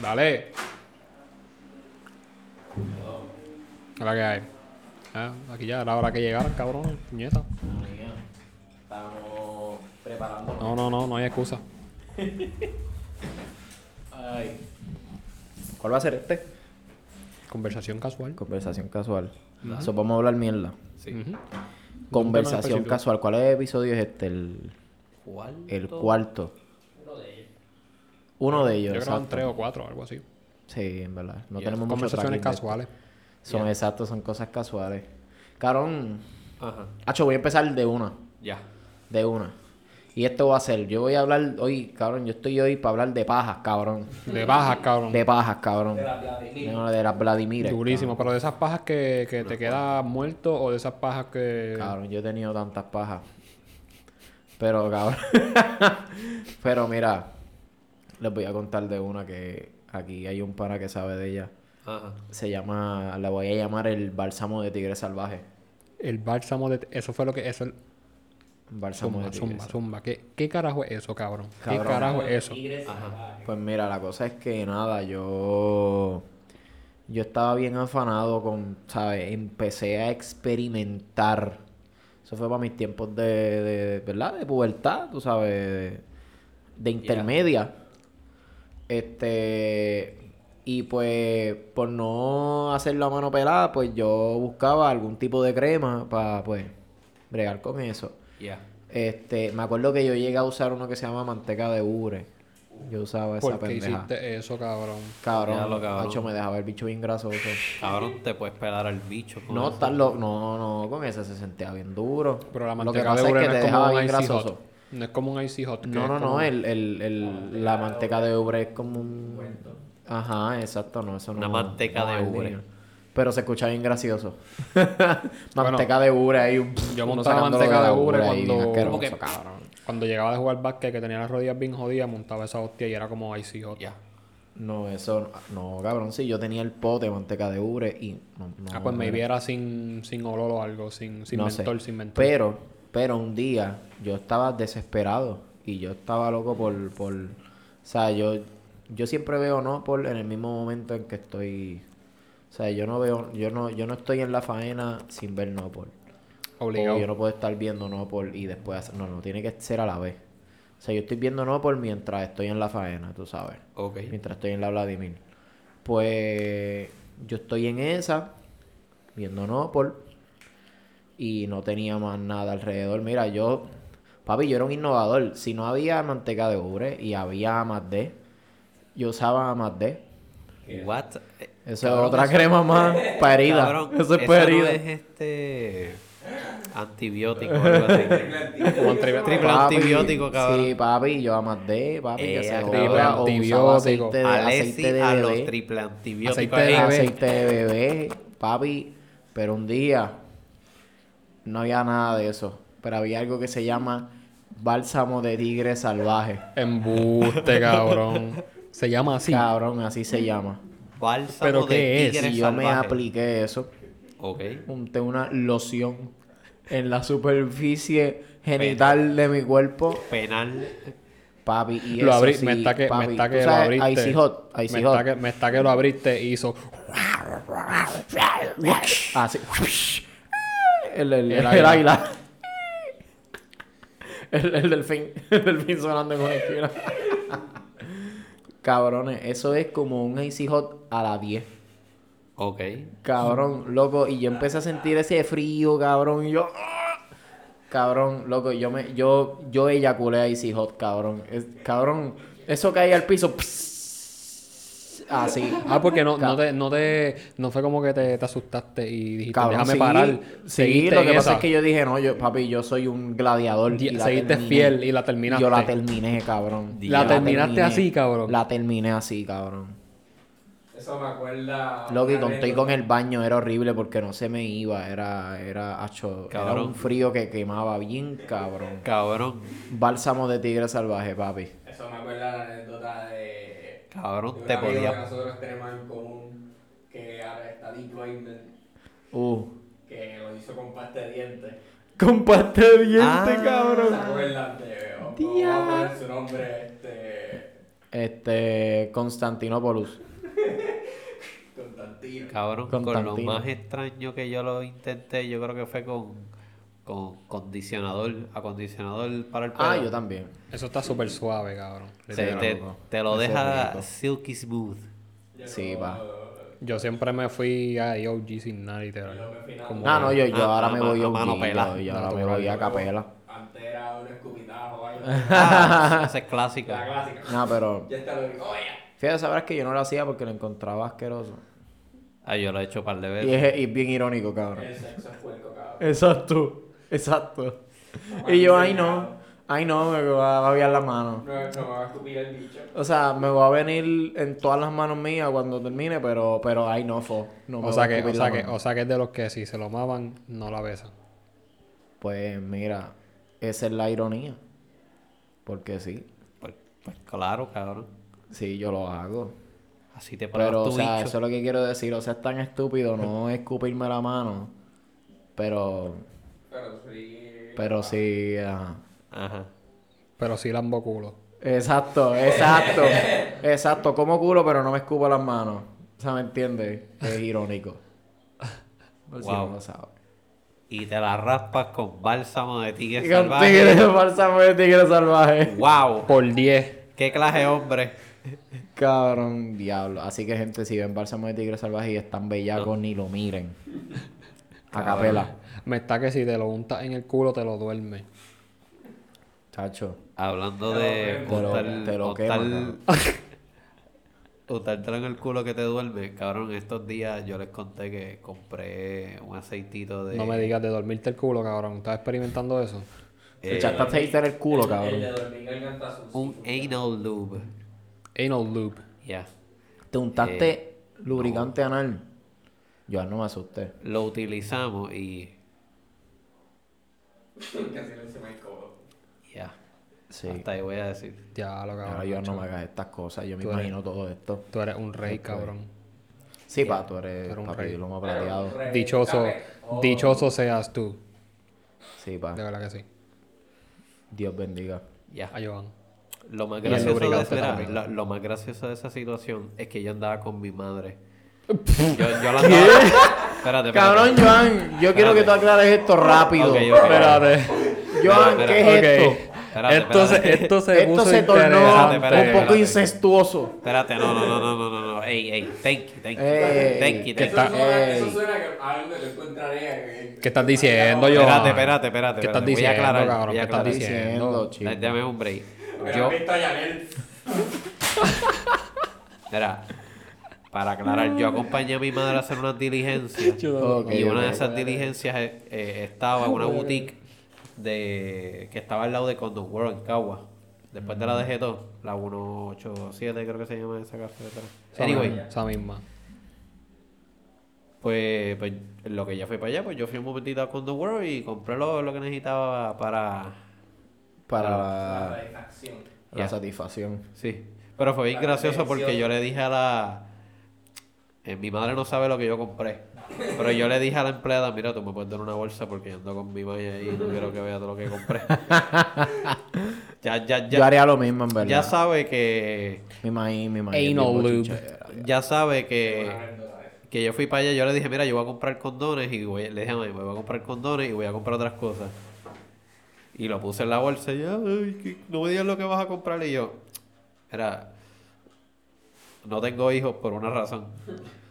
Dale. ¿Qué la que hay? Ah, aquí ya era hora que llegaran, cabrón, puñeta. Estamos preparando. No, no, no, no hay excusa. Ay. ¿Cuál va a ser este? Conversación casual. Conversación casual. Eso vamos a hablar mierda. Ujú. Conversación específico. casual. ¿Cuál es el episodio es este? El, ¿Cuál? el cuarto. Uno de Yo ellos. creo que eran exacto. tres o cuatro, algo así. Sí, en verdad. No Yeah. tenemos mucho Conversaciones tracking de esto. casuales. Son Yeah. exactos, son cosas casuales. Carón, Ajá. Hacho, voy a empezar de una. Ya. De una. Y esto va a ser, yo voy a hablar hoy, cabrón, yo estoy hoy para hablar de pajas, cabrón. De bajas, cabrón. De pajas, cabrón. De las Vladimir. De las Vladimir. Durísimo, pero de esas pajas que, que te queda muerto o de esas pajas que. Cabrón, yo he tenido tantas pajas. Pero, cabrón. Pero mira, les voy a contar de una que aquí hay un pana que sabe de ella. Ajá. Se llama, la voy a llamar el bálsamo de tigre salvaje. El bálsamo de. Eso fue lo que. Eso, el- Bálsamo zumba, de tigre zumba, salvaje. zumba. ¿Qué, qué carajo es eso, cabrón? Cabrón. ¿Qué carajo es eso? Ajá. Pues mira, la cosa es que nada, yo. Yo estaba bien afanado con, ¿sabes? Empecé a experimentar. Eso fue para mis tiempos de, de- de- ¿verdad? De pubertad, tú sabes, de, de intermedia. Este. Y pues, por no hacer la mano pelada, pues yo buscaba algún tipo de crema para, pues, bregar con eso. Ya. Este, me acuerdo que yo llegué a usar uno que se llama manteca de ubre. Yo usaba esa ¿Por qué pendeja. hiciste eso, cabrón? Cabrón, Diablo, cabrón. macho, me dejaba el bicho bien grasoso. Cabrón, te puedes pelar al bicho. con No, eso. tan lo... no, no, con esa se sentía bien duro. Pero la Lo que manteca pasa de ubre es no que es te como dejaba un bien icy grasoso. hot. No es como un icy hot. que No, es no, como- Ah, no, el, el, el, la manteca de ubre es como un... Ajá, exacto, no, eso no. Una manteca no de es ubre. niño. Pero se escucha bien gracioso. manteca de ubre ahí. un- Yo uno montaba sacándolo de manteca la de ubre ahí, cuando. bien como que- asqueroso, cabrón. Cuando llegaba de jugar básquet, que tenía las rodillas bien jodidas, montaba esa hostia y era como icy hot. Ya. No, eso no, cabrón. Sí, yo tenía el pote de manteca de ubre y no, no Ah, pues me era- viera sin, sin olor o algo, sin, sin no sé. mentor, sin mentor. Pero, pero un día yo estaba desesperado y yo estaba loco por, por, o sea, yo, yo siempre veo no por en el mismo momento en que estoy, o sea, yo no veo, yo no, yo no estoy en la faena sin ver no por. Obligado. O yo no puedo estar viendo no por y después, hacer- no, no, tiene que ser a la vez. O sea, yo estoy viendo no por mientras estoy en la faena, tú sabes Ok. mientras estoy en la Vladimir. Pues yo estoy en esa, viendo Nopol, y no tenía más nada alrededor. Mira, yo, papi, yo era un innovador. Si no había manteca de ubre y había más de, yo usaba más de. What? Eh, Eso Cabrón, es otra eso- crema más para herida. Cabrón, eso es esa para no herida. es este antibiótico o algo así. Como un triple- Triple Papi, antibiótico, cabrón. Sí, papi, yo más de, papi, que Eh, se triple joda, o usaba antibiótico. aceite de, aceite Alessi de a bebé. los triple antibióticos. Aceite de Ey, bebé. aceite de bebé, papi. Pero un día no había nada de eso. Pero había algo que se llama bálsamo de tigre salvaje. Embuste, cabrón. Se llama así. Cabrón, así se llama. Bálsamo ¿Pero de qué es? tigre Y yo me salvaje. apliqué eso. Ok. Unté una loción en la superficie genital de mi cuerpo. Penal. Papi, y lo eso abrí, sí, me está que, papi, me está tú que lo sabes, abriste. Icy hot, icy me, hot. Está que, me está que lo abriste y hizo. Así. Ah, El, El el, el águila. águila. El, el delfín. El delfín sonando en una esquina. Cabrones, eso es como un icy hot a la 10. Ok. Cabrón, loco. Y yo empecé a sentir ese frío, cabrón. Y yo. ¡ah! Cabrón, loco, yo me, yo, yo eyaculé icy hot, cabrón. Es- cabrón, eso caía al piso. pss, Así. Ah, porque no, no te, no te, no fue como que te, te asustaste y dijiste, Cabrón, déjame sí, parar. Sí, Seguiste lo que en pasa esa. es que yo dije, no, yo, papi, yo soy un gladiador. Di- y la seguiste terminé. fiel y la terminaste. Yo la terminé, cabrón. La Yo terminaste así, cabrón. La terminé así, cabrón. Eso me acuerda. Lo que una conté anécdota. con el baño era horrible porque no se me iba. Era, era, acho, era Cabrón. un frío que quemaba bien, cabrón. Cabrón. Bálsamo de tigre salvaje, papi. Eso me acuerda la anécdota de. de Cabrón, un te amigo que podía. nosotros tenemos en común que ahora está deployment, Uh. que lo hizo con pasta de dientes. Comparte diente, Ah. ¿Se cabrón. acuerdan de.? o- o Tía. Vamos a poner su nombre, este. Este, Constantinopoulos. Constantino. Cabrón, con lo Constantino. más extraño que yo lo intenté, yo creo que fue con, con condicionador, acondicionador para el pelo. Ah, yo también. Eso está súper suave, cabrón. Te, literal. te- loco. te lo Eso es deja rico. silky smooth. Yo Sí, no- va. Yo siempre me fui a IOG sin nada, literal. Yo me fui nada. Como- Ah, no, yo, yo Ah, ahora a me ma- voy a a mano un pelada. guillo, yo ahora No, me tú voy a Yo- capela. Antes era un escupitajo o algo. Ah, esa es La clásica. clásica. No, pero Ya está lo que. ¡Oye! fíjate, sabrás que yo no lo hacía porque lo encontraba asqueroso. Ah, yo lo he hecho un par de Y veces. es, y es bien irónico, cabrón. El sexo es puerco, cabrón. Exacto, exacto. Y yo, ay no, ay no, me va a babiar la No, mano. no me va a escupir el bicho. O sea, me va a venir en todas las manos mías cuando termine, pero, pero ay no, fo. No me o, va sea a que, o, escupir sea la que, mano. o sea que es de los que si se lo maman, no la besan. Pues mira, esa es la ironía. Porque sí, Pues, pues claro, cabrón. sí, yo lo hago. Así te pruebas Pero, o tu sea, bicho. eso es lo que quiero decir. O sea, es tan estúpido no escupirme la mano. Pero, Pero sí. pero sí. ajá. Ajá. Pero sí lambo culo. Exacto, exacto. exacto, como culo, pero no me escupo las manos. O sea, ¿me entiendes? Es irónico. Por si Wow. no lo sabes. Y te la raspas con bálsamo de tigre Y con salvaje. tigre de bálsamo de tigre salvaje. ¡Wow! Por 10. ¡Qué clase de hombre! Cabrón, diablo. Así que, gente, si ven bálsamo de tigre salvaje y están bellacos, ni lo miren. A capela. Me está que si te lo untas en el culo, te lo duerme. Chacho. Hablando Te lo de quemo. Te lo- untar- te lo untar- quemo, untártelo en el culo que te duerme. Cabrón, estos días yo les conté que compré un aceitito de... No me digas de dormirte el culo, cabrón. ¿Estás experimentando eso? Te eh, echaste aceite en el culo, El cabrón. de dormir garganta sucia. un anal lube. Anal loop. Ya. Te untaste lubricante anal. Yo no me asusté. Lo utilizamos y... Que silencio más incómodo. Ya. Sí. Hasta ahí voy a decir. Ya, lo Ahora cabrón. yo no me hagas estas cosas. Yo me Tú eres- imagino todo esto. Tú eres un rey, cabrón. Sí, pa, tú eres Tú eres un papi, rey. lo más Pero, plateado. re- Dichoso, cabe. Oh, dichoso seas tú. Sí, pa. De verdad que sí. Dios bendiga. Ya. A Joan. Lo más Y el gracioso de, lubricante espera, también. lo, lo más gracioso de esa situación es que yo andaba con mi madre. Yo, yo la andaba... Espérate, espérate. Cabrón, Joan, yo quiero que tú aclares esto rápido. Ok, ok. Espérate. Joan, Espera, ¿qué es espera. Ok. esto? Espérate, esto, se, espérate. esto se Esto puso se tornó interesante. espérate, un poco espérate. incestuoso. Espérate, no, no, no, no, no, no, no. Ey, ey, thank you, thank you. Ey, thank you, ¿qué thank you. Eso suena, Ey. eso suena que algo que yo encontraré. en- ¿Qué estás diciendo, Joan? Espérate, espérate, espérate. ¿Qué estás espérate. diciendo, voy a aclarar, cabrón? voy ¿Qué a estás aclarar. diciendo? diciendo, chico? Da- Dame un break. Pero Yo, has visto a Yanel. mira, para aclarar, yo acompañé a mi madre a hacer unas diligencias. Ok, y una de ok. esas diligencias eh, eh, estaba en una boutique de que estaba al lado de Condom World en Cagua. Después de la dejé todo, la 187 creo que se llama esa carretera. Esa misma, Anyway, Esa misma. Pues, pues en lo que ya fui para allá, pues yo fui un momentito a Condom World y compré lo, lo que necesitaba para... Para La la, satisfacción. la Ya. satisfacción. Sí. Pero fue bien Para la gracioso porque pensión. yo le dije a la... eh, mi madre no sabe lo que yo compré. Pero yo le dije a la empleada, mira, tú me puedes dar una bolsa porque yo ando con mi malla y no quiero que vea todo lo que compré. ya, ya, Yo ya. haría lo mismo, en verdad. Ya sabe que... Mi maíz, mi maíz. Anal tipo lube. chichera. Ya sabe que... Una anécdota, ¿eh? que yo fui para allá, yo le dije, mira, yo voy a comprar condones y voy, le dije a mi mamá, voy a comprar condones y voy a comprar otras cosas. Y lo puse en la bolsa y yo, "Ay, que- no me digas lo que vas a comprar. Y yo, era, no tengo hijos por una razón,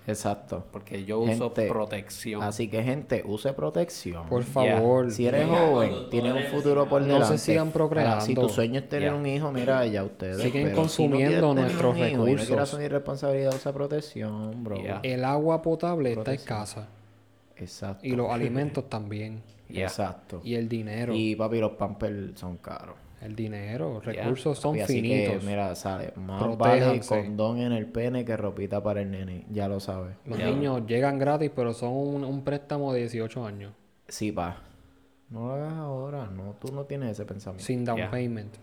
Exacto. porque yo uso Gente, protección. Así que, gente, use protección. Por favor. Si eres Mira, joven, cuando tienes tú un eres- futuro por No delante. se sigan procreando. Ahora, Si tu sueño es tener Ya. un hijo, mira, ya ustedes. Siguen pero si no consumiendo quieres tener nuestros un hijo y no recursos. quieras asumir responsabilidad, usa protección, bro. Ya. El agua potable está Protección. escasa. Exacto. Y los alimentos también. Ya. Exacto. Y el dinero. Y papi, los pampers son caros. El dinero. Recursos son Papi, así finitos. Que, mira, sale. Más vale Protéjanse. condón en el pene que ropita para el nene. Ya lo sabes. Los Ya. niños llegan gratis, pero son un, un préstamo de 18 años. Sí, pa. No lo hagas ahora. No, tú no tienes ese pensamiento. Sin down Ya. payment.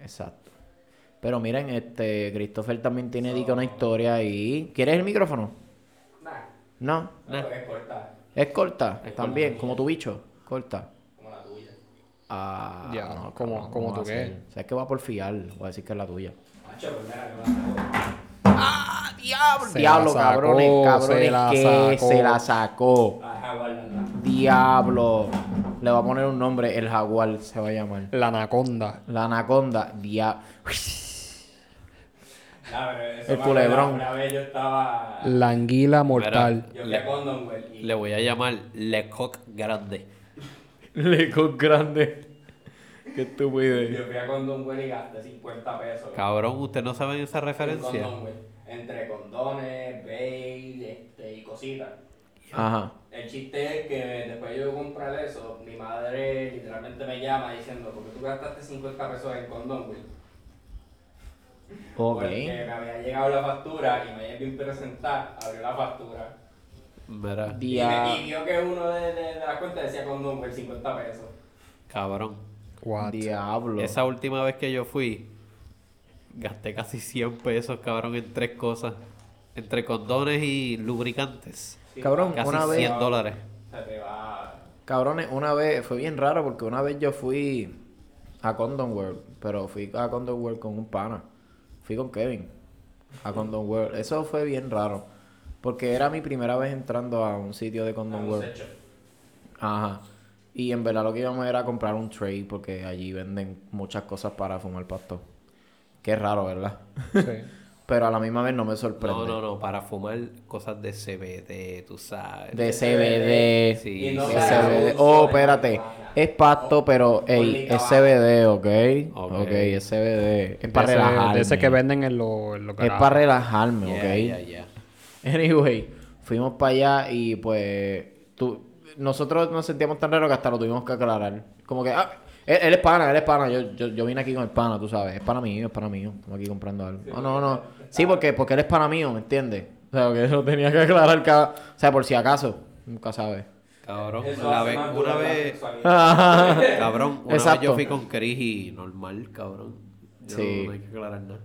Exacto. Pero miren, este Christopher también tiene dica una historia ahí. ¿Quieres el micrófono? Nah, No. no lo que cortar, Es corta, también, como tu bicho. Corta. como la tuya. Ah, Ya, como- cabrón, como ¿cómo tú va a qué. ser? O sea, es que va por fiar. Voy a decir que es la tuya. Ay, Hacho, pues mira, yo la acabo. Diablo, Se diablo, la sacó, cabrones, cabrones, se la que sacó. se la sacó. Ajá, guárdala. Diablo. Le va a poner un nombre, el jaguar se va a llamar. La anaconda. La anaconda, diablo. Nah, pero eso El me acuerdo, culebrón. Una vez yo estaba. La anguila mortal. Yo fui Le- a Condonwell y Le voy a llamar Lecoq Grande. Leco grande. Qué estupidez. yo fui a Condonwell y gasté 50 pesos. Cabrón, ustedes no saben esa En referencia. Condonwell. Entre condones, bail este, y cositas. Ajá. El chiste es que después de yo comprar eso, mi madre literalmente me llama diciendo, porque tú gastaste 50 pesos en condón, güey. Ok. Porque me había llegado la factura y me había bien presentar, abrió la factura. Mira, Y, me, y Dia- vio que uno de, de- de las cuentas decía condón, güey, 50 pesos. cabrón. What? Diablo. Esa última vez que yo fui, gasté casi 100 pesos, cabrón, en tres cosas. Entre condones y lubricantes. Sí, Cabrón, Casi una vez- 100 dólares. Se te va. Cabrones, una vez, fue bien raro porque una vez yo fui a Condom World, pero fui a Condom World con un pana. Fui con Kevin a Condom World. Eso fue bien raro porque era mi primera vez entrando a un sitio de a Condom un World. secho. Ajá. Y en verdad lo que íbamos era a comprar un tray porque allí venden muchas cosas para fumar pasto. Qué raro, ¿verdad? Sí. Pero a la misma vez no me No, sorprende. no, no, para fumar cosas de CBD, tú sabes. De CBD. Sí, Y no de sí. se haga CBD. uso Oh, de espérate. marihuana. Es pasto, pero ey, Only es tabaco. CBD, ¿ok? Ok. Ok, es CBD. Es De para ese- relajarme. De ese que venden en los en los Es garajes. para relajarme, Yeah, ¿ok? yeah, yeah. Anyway, fuimos para allá y pues tú- nosotros nos sentíamos tan raros que hasta lo tuvimos que aclarar. Como que, ah, él, él es pana, él es pana. Yo, yo, yo vine aquí con el pana, tú sabes. Es pana mío, es pana mío. Estamos aquí comprando algo. No, no, no. Sí, porque, porque él es pana mío, ¿me entiendes? O sea, que eso tenía que aclarar cada... O sea, por si acaso. Nunca sabes. Cabrón, Eso la hace vez- más una dura la vez, Ah, sexualidad. cabrón, una Exacto. vez yo fui con Chris y normal, cabrón. Yo Sí. No, no hay que aclarar nada.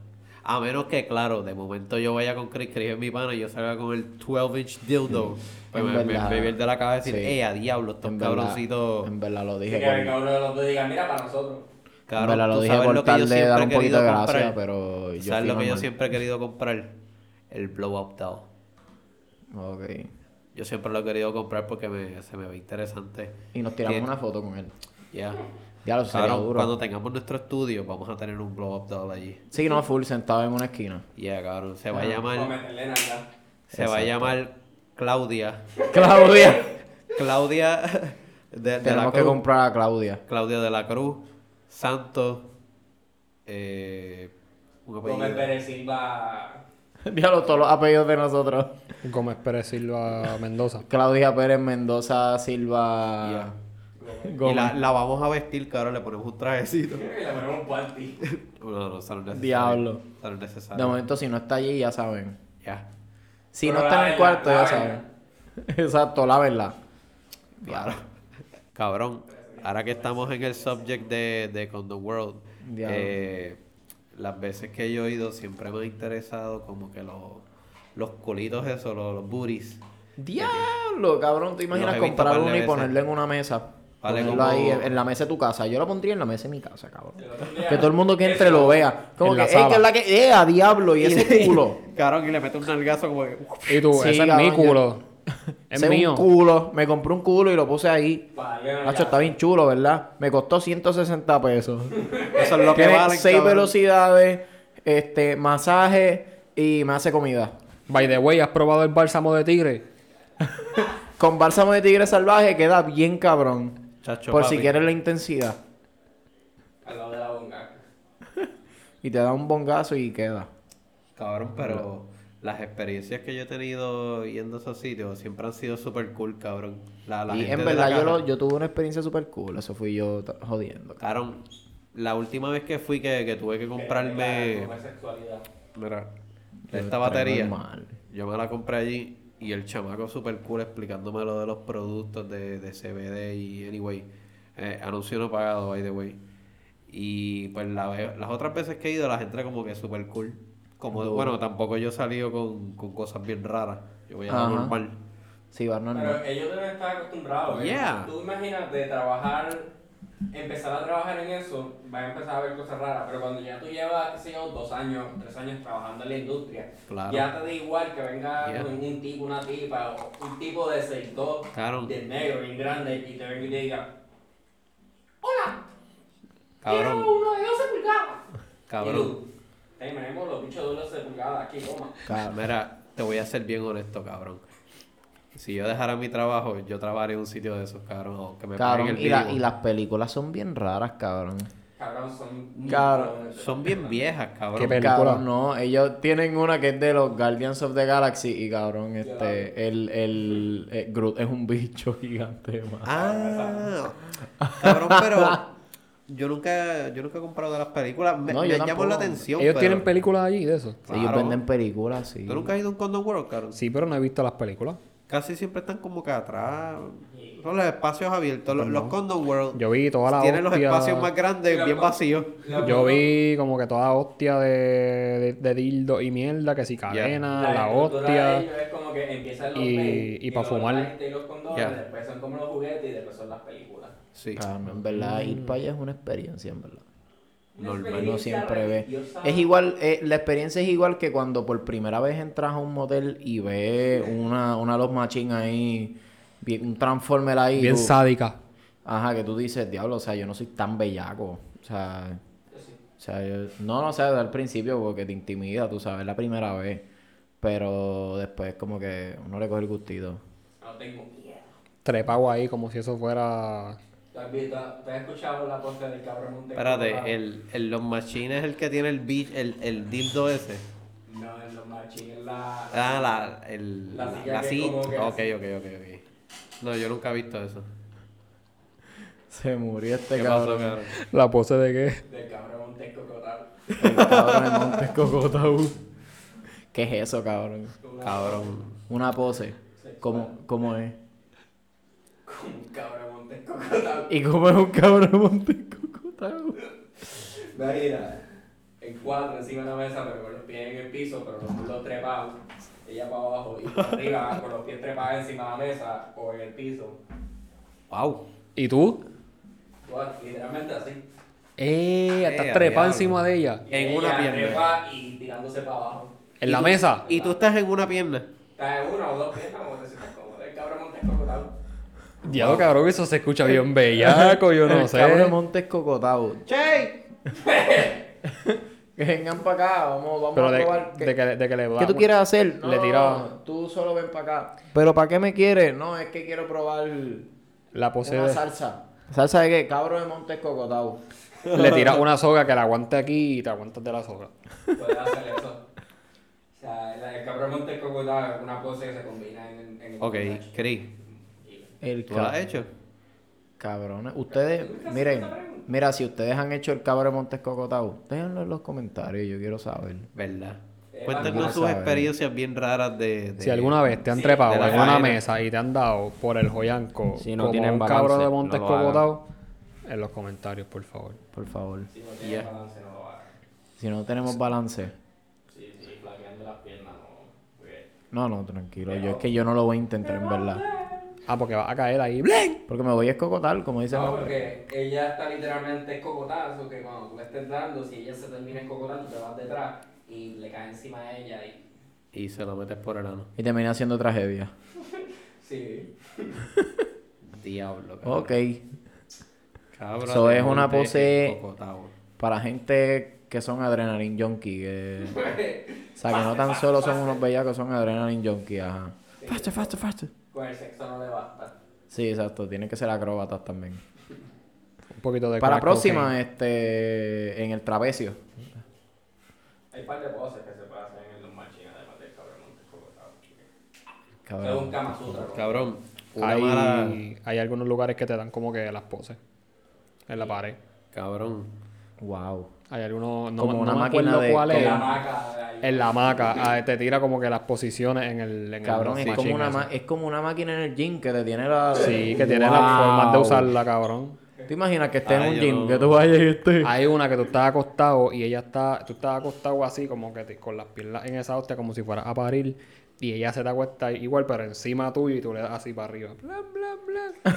A menos que, claro, de momento yo vaya con Chris, Chris es mi pana y yo salga con el 12-inch dildo. Pues En me, me, verdad. me vierte la cabeza y decir, Sí. ¡eh, a diablo, estos En verdad- cabroncitos! En verdad lo Y dije. que el Por, cabrón de los dos diga, mira, para nosotros. en Cabrón, verdad tú lo dije sabes por lo que tal yo de siempre dar he un poquito de querido gracia, comprar. pero yo fui ¿Sabes lo que yo normal. siempre he querido comprar? El Blow Up Doll. Ok. Yo siempre lo he querido comprar porque me- se me ve interesante. Y nos tiramos Bien. una foto con él. Ya. Ya lo sería Cabrón, duro. cuando tengamos nuestro estudio, vamos a tener un Blow Up Doll allí. Sí, no, full sentado en una esquina. Ya, cabrón. Se va a O llamar. meterle nalga. Se va a llamar Claudia. Claudia. Claudia de, de la Tenemos que Cruz. comprar a Claudia. Claudia de la Cruz. Santos. Eh, un apellido. Gómez Pérez Silva. Diablo, todos los apellidos de nosotros. Gómez Pérez Silva Mendoza. Claudia Pérez Mendoza Silva. Gómez. Y la, Gómez. la vamos a vestir, cabrón. Le ponemos un trajecito. Y le ponemos un party. No, no, no, eso no es necesario. Diablo. Eso no es necesario. De momento, si no está allí, ya saben. Ya. Si Pero no está en el lávenla, cuarto, ya lávenla. saben. Exacto, la verdad. Claro. Cabrón, ahora que estamos en el subject de, de Condom World, Diablo. eh, las veces que yo he ido siempre me ha interesado como que los, los culitos esos, los, los booties. Diablo, cabrón, ¿te imaginas Los he visto comprar par de uno y veces. ponerlo en una mesa? Vale, ponerlo como- ahí en, en la mesa de tu casa. Yo lo pondría en la mesa de mi casa, cabrón. El otro día- Que todo el mundo que entre lo vea. Como En que, la "Ey, que sala. es la que. ¡Eh, a diablo! Y ese culo. Cabrón, y le mete un nalgazo como que... Y tú, Sí, ese es cabrón, mi yo- culo. Es Ese mío. un culo. Me compré un culo y lo puse ahí. Para darle nalga. Nacho, está bien chulo, ¿verdad? Me costó 160 pesos. Eso es lo que Tiene valen, seis cabrón. velocidades, este, masaje y me hace comida. By the way, ¿has probado el bálsamo de tigre? Con bálsamo de tigre salvaje queda bien cabrón. Chacho, por si papi. quieres la intensidad. Al lado de la bonga. Y te da un bongazo y queda. Cabrón, pero las experiencias que yo he tenido yendo a esos sitios siempre han sido súper cool, cabrón. La, la y gente en de verdad la yo, caja- lo- yo tuve una experiencia súper cool. Eso fui yo t- jodiendo. Cabrón, la última vez que fui que, que tuve que Que- comprarme... que la homosexualidad. Mira, Yo esta traigo batería, el mal. yo me la compré allí y el chamaco super cool explicándome lo de los productos de, de CBD y anyway, eh, anuncio no pagado, by the way. Y pues la ve- las otras veces que he ido, la gente era como que super cool. Como, bueno, tampoco yo he salido con, con cosas bien raras. Yo voy a lo Ajá. normal. Sí, va normal. Pero ellos deben estar acostumbrados. ¿eh? Yeah. Tú imagínate trabajar empezar a trabajar en eso, va a empezar a ver cosas raras, pero cuando ya tú llevas, qué sé yo, dos años, tres años trabajando en la industria, Claro. ya te da igual que venga Yeah. un, un tipo, una tipa, o un tipo de 6'2, Claro. de negro, bien grande, y te venga y te diga, Cabrón. quiero uno de 12 pulgadas. Y Cabrón. tú, tenemos los bichos de 12 pulgadas aquí, toma. Cabrón. Ah, Mira, te voy a ser bien honesto, cabrón. Si yo dejara mi trabajo, yo trabajaría en un sitio de esos, cabrón. o que me Cabrón, paguen el y, la- mínimo. y las películas son bien raras, cabrón. Cabrón, son... Cabrón, Son bien viejas, Qué cabrón. pe- Película. Cabrón, no, ellos tienen una que es de los Guardians of the Galaxy y cabrón, este, el, el, eh, Groot es un bicho gigante, man. Ah, cabrón, pero yo nunca, yo nunca he comprado de las películas. Me, No, me yo llamó tampoco. la atención. Ellos pero- tienen películas allí de eso. Ellos Claro. venden películas, sí. ¿Tú nunca has ido a un Condom World, cabrón? Sí, pero no he visto las películas. Casi siempre están como que atrás. Son los espacios abiertos. Los, los Condom World Yo vi toda la tienen los hostia- espacios más grandes, Mira, bien pa- vacíos. Los- Yo vi como que toda hostia de, de, de dildo y mierda, que si cadena, la estructura de hostia. ellos es como que empiezan los Y- mails, y pa' luego fumar. los lentes y los condones, Ya. después son como los juguetes y después son las películas. Sí. Cabrón, en verdad, ir para allá es una experiencia, en verdad. Una Normal. experiencia Uno siempre ve. religiosa. Es igual, eh, la experiencia es igual que cuando por primera vez entras a un motel y ves una, una Love Machine ahí, bien- un Transformer ahí. Bien tú- sádica. ajá, que tú dices, diablo, o sea, yo no soy tan bellaco. O sea, Yo sí. O sea, yo- no, no, o sea, al principio porque te intimida, tú sabes, la primera vez. Pero después como que uno le coge el gustito. No tengo miedo. Trepado ahí como si eso fuera... ¿Tú has, visto- tú has escuchado la posta del cabrón Montecucco? Espérate, el, el Los Machines es el que tiene el, beach, el, el dildo ese. No, en los machines, la... Ah, la, el, La la, silla la que silla. como que Ok, así. ok, ok, ok. No, yo nunca he visto eso. Se murió este ¿Qué pasó, cabrón. cabrón? La pose de qué. Del cabrón Montecucco, tal. El cabrón de Montes Cocotau. ¿Qué es eso, cabrón? Una- Cabrón. Una pose. Sexual. ¿Cómo, cómo es? Como un cabrón Montecucco, tal. ¿Y cómo es un cabrón de Montes Cocotau? Imagina, en cuatro encima de la mesa, pero con los pies en el piso, pero los culos trepados, ella para abajo y para arriba, con los pies trepados encima de la mesa o en el piso. Wow. ¿Y tú? Guau, Literalmente así. Eh, estás Eh, a trepado diablo. encima de ella. Y En una ella pierna. trepa y tirándose para abajo. En la mesa. Y tú estás en una pierna. Está en una o dos piernas, como te sientas cómodo. El cabrón monta colorado. Diablo, cabrón, eso se escucha bien bellaco, yo no el eh, cabrón de sé. Montes Cocotau. ¡Che! Que vengan para acá, vamos, vamos Pero a de, probar. que- de que, de que le va... ¿Qué tú quieres hacer? Le tiraba. Tú solo ven para acá. ¿Pero para qué me quieres? No, es que quiero probar La pose una de... salsa. ¿Salsa de qué? Cabro de Montes Cocotau. Le tiras una soga que la aguante aquí y te aguantas de la soga. Puedes hacer eso. O sea, el- el cabrón monta colorado es una pose que se combina en, en Ok, Chris, El ¿tú lo has cabrón. hecho? Cabrones. Ustedes, miren, mira, si ustedes han hecho el cabro de Montes Cocotau, déjenlo en los comentarios, yo quiero saber. ¿Verdad? Eh, Cuéntanos vamos a sus saber. experiencias bien raras de... de- Si alguna vez te han Sí, trepado de en la una cadena. mesa y te han dado por el joyanco Si no como tienen un balance, cabro de no Montes lo Cocotao, en los comentarios, por favor. Por favor. Si no tienes Yeah. balance, no lo hagas. Si no tenemos balance. Sí, sí, flaqueando las piernas, no. Porque- No, no, tranquilo. Yo es que yo no lo voy a intentar, en verdad. Ah, porque vas a caer ahí. ¡Blen! Porque me voy a escocotar, como dice el No, nombre. porque ella está literalmente cocotazo, que cuando tú le estés dando, si ella se termina escocotando, te vas detrás y le cae encima a ella y... Y se lo metes por el ano. Y termina haciendo tragedia. Sí. Diablo, cabrón. Ok. Cabra Eso de es una monte pose- en Cocotao. Para gente que son adrenalin junkie, que... O sea, que no tan solo son unos bellacos, son adrenaline junkies, ajá. Sí. Faster, faster, faster. Con el sexo no le basta. Sí, exacto, tienen que ser acróbatas también. Un poquito de Para la crack cocaine. próxima, este, en el trapecio. Hay un par de poses que se pueden hacer en los machines, además del cabrón monte cocotado. Es Cabrón. un Kama Sutra, ¿no? Ah. Cabrón, eh. una mala... Hay, hay algunos lugares que te dan como que las poses en la pared. Cabrón. Wow. Hay algunos, no, Como no una me máquina acuerdo de- cuál como es. En la maca. ahí. En la maca, ah, te tira como que las posiciones en el. En Cabrón, el es como, una ma- es como una máquina en el gym que te tiene la... Sí, que tiene las formas de usarla, cabrón. Que ¿Te imaginas que esté en Ay, un yo gym? no- Que tú vayas y estés. Hay una que tú estás acostado y ella está, tú estás acostado así como que te- con las piernas en esa hostia como si fueras a parir y ella se te acuesta igual pero encima tuyo y tú le das así para arriba. Blan, blan, blan.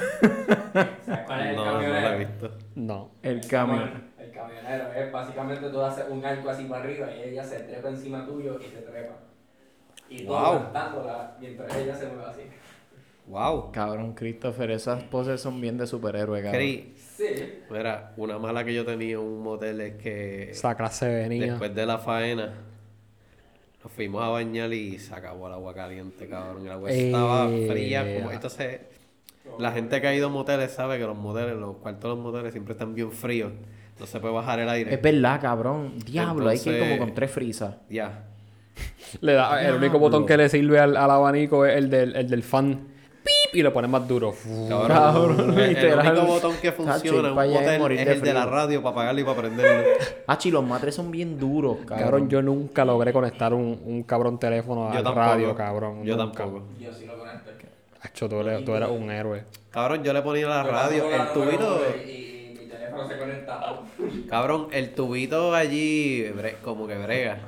¿Sabes cuál es el No, no camionero? la he visto. No. El camión. El camionero es básicamente tú haces un arco así para arriba y ella se trepa encima tuyo y se trepa. Y tú Wow. aguantándola mientras ella se mueve así. Wow. Cabrón, Christopher, esas poses son bien de superhéroe, cabrón. Cri, Sí. mira, una mala que yo tenía en un motel es que Esa clase venía. después de la faena nos fuimos a bañar y se acabó el agua caliente, cabrón. El agua estaba Eh, fría. Como... ah. Entonces, la gente que ha ido a moteles sabe que los moteles, los cuartos de los moteles siempre están bien fríos. No se puede bajar el aire. Es verdad, cabrón. Diablo, hay que ir Entonces- como con tres frisas. Ya. Le da, el único botón que le sirve al, al abanico es el del, el del fan. ¡Pip! Y lo pones más duro. Cabrón, Cabrón, el- el, literal. único botón que Tacho, ir funciona en un pa' allá y motel morir es de el de la frío. radio para apagarlo y para prenderlo. Ah, chi, los matres son bien duros, cabrón. Cabrón, yo nunca logré conectar un, un cabrón teléfono Yo al tampoco. Ah, radio, cabrón. Yo nunca. tampoco. Yo sí lo conecto. Hacho, tú, eres, tú eres un héroe. Cabrón, yo le ponía la Yo radio, tampoco la el tubito. número uno Y, y mi teléfono se conectaba. Cabrón, el tubito allí bre- como que brega.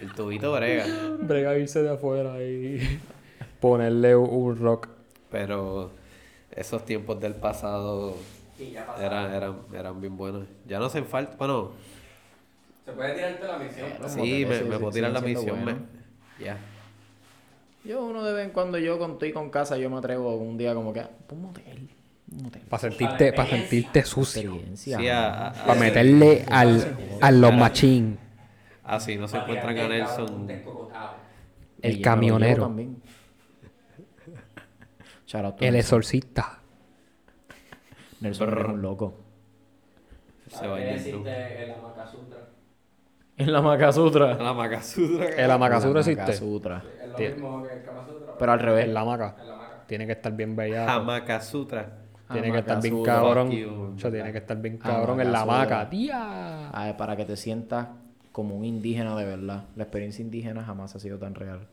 El tubito brega. Brega irse de afuera y ponerle un- un rock. Pero esos tiempos del pasado Y ya pasaba. eran, eran, eran bien buenos. Ya no hacen falta. Bueno, Se puede tirarte la misión. ¿no? sí, moteles me, sí, me sí, puedo tirar siguen la siendo misión. me- buenos. Ya. Yo uno de vez en cuando, yo con tú y con casa, yo me atrevo un día como que... ah, Un motel. Un motel. Para sentirte, para sentirte sucio. Experiencia. Sí, ah. a- a- Para meterle al, a los machín. Así no se Para encuentran a tirarte el Nelson. cabrón descocotado. El Y yo camionero. lo llevo también. Shout out to El Nelson. exorcista. Nelson eres un loco. Se Para que baña en tu- decirte en la Macasutra. En la Macasutra. La macasutra. Eh, El amacasura existe. Macasutra. Es lo Tiene- mismo que el Kamasutra. Pero al revés. El hamaca. En la Maca. Tiene que estar bien Ah, bellaco. Hamacasutra. Tiene que estar bien Hamacasutra. cabrón. Fuck you. Cho, tiene que estar bien Ah, cabrón en la Hamacasutra. hamaca. Tía. Ah, para que te sientas como un indígena de verdad. La experiencia indígena jamás ha sido tan real.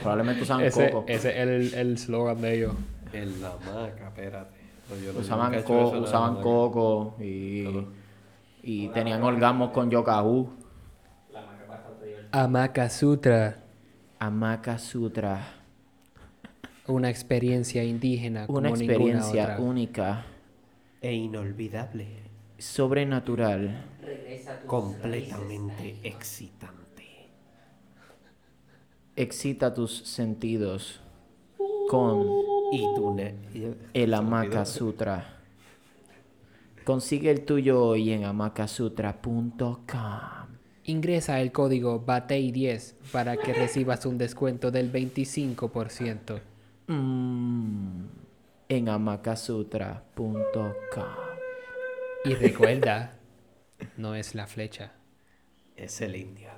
Probablemente usaban Ese, coco. ese es el, el slogan de ellos. En la maca, espérate. No, yo no- nunca he usaban hecho co- eso en la usaban hamaca. coco y, y tenían orgasmos con yokahu. La Maca es bastante divertida. Amaka Sutra, Amaka Sutra. una experiencia indígena. Una experiencia única, E inolvidable. sobrenatural. Regresa a tus completamente excitante. Excita tus sentidos con Y tú, ne- el Amaka Sutra. Consigue el tuyo hoy en amakasutra.com. Ingresa el código BATEI10 para que recibas un descuento del 25%. Mm, en amakasutra.com. Y recuerda, no es la flecha. Es el indio.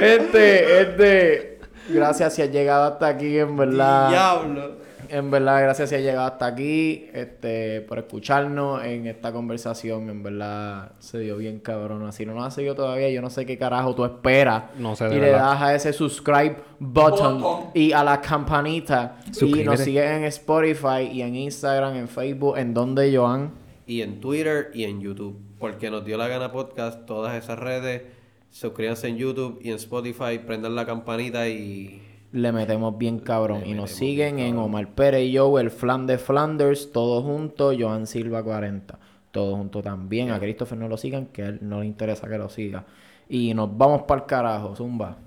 Este, este. Gracias si has llegado hasta aquí, en verdad. Diablo. En verdad, gracias si has llegado hasta aquí. Este, por escucharnos en esta conversación. En verdad, se dio bien cabrona. Si no nos has seguido todavía, yo no sé qué carajo tú esperas. No sé, Y de le verdad. das a ese subscribe button Botón. y a la campanita. Y nos Suscríbete. sigues en Spotify y en Instagram, en Facebook, en donde Joan. Y en Twitter y en YouTube. Porque nos dio la gana podcast, todas esas redes. Suscríbanse en YouTube y en Spotify, prendan la campanita y. Le metemos bien cabrón. Le y nos metemos siguen bien en cabrón. Omar Pérez y yo, el flan de Flanders, todos juntos, Joan Silva 40. Todos juntos también. A Christopher no lo sigan, que a él no le interesa que lo siga. Y nos vamos para el carajo, Zumba.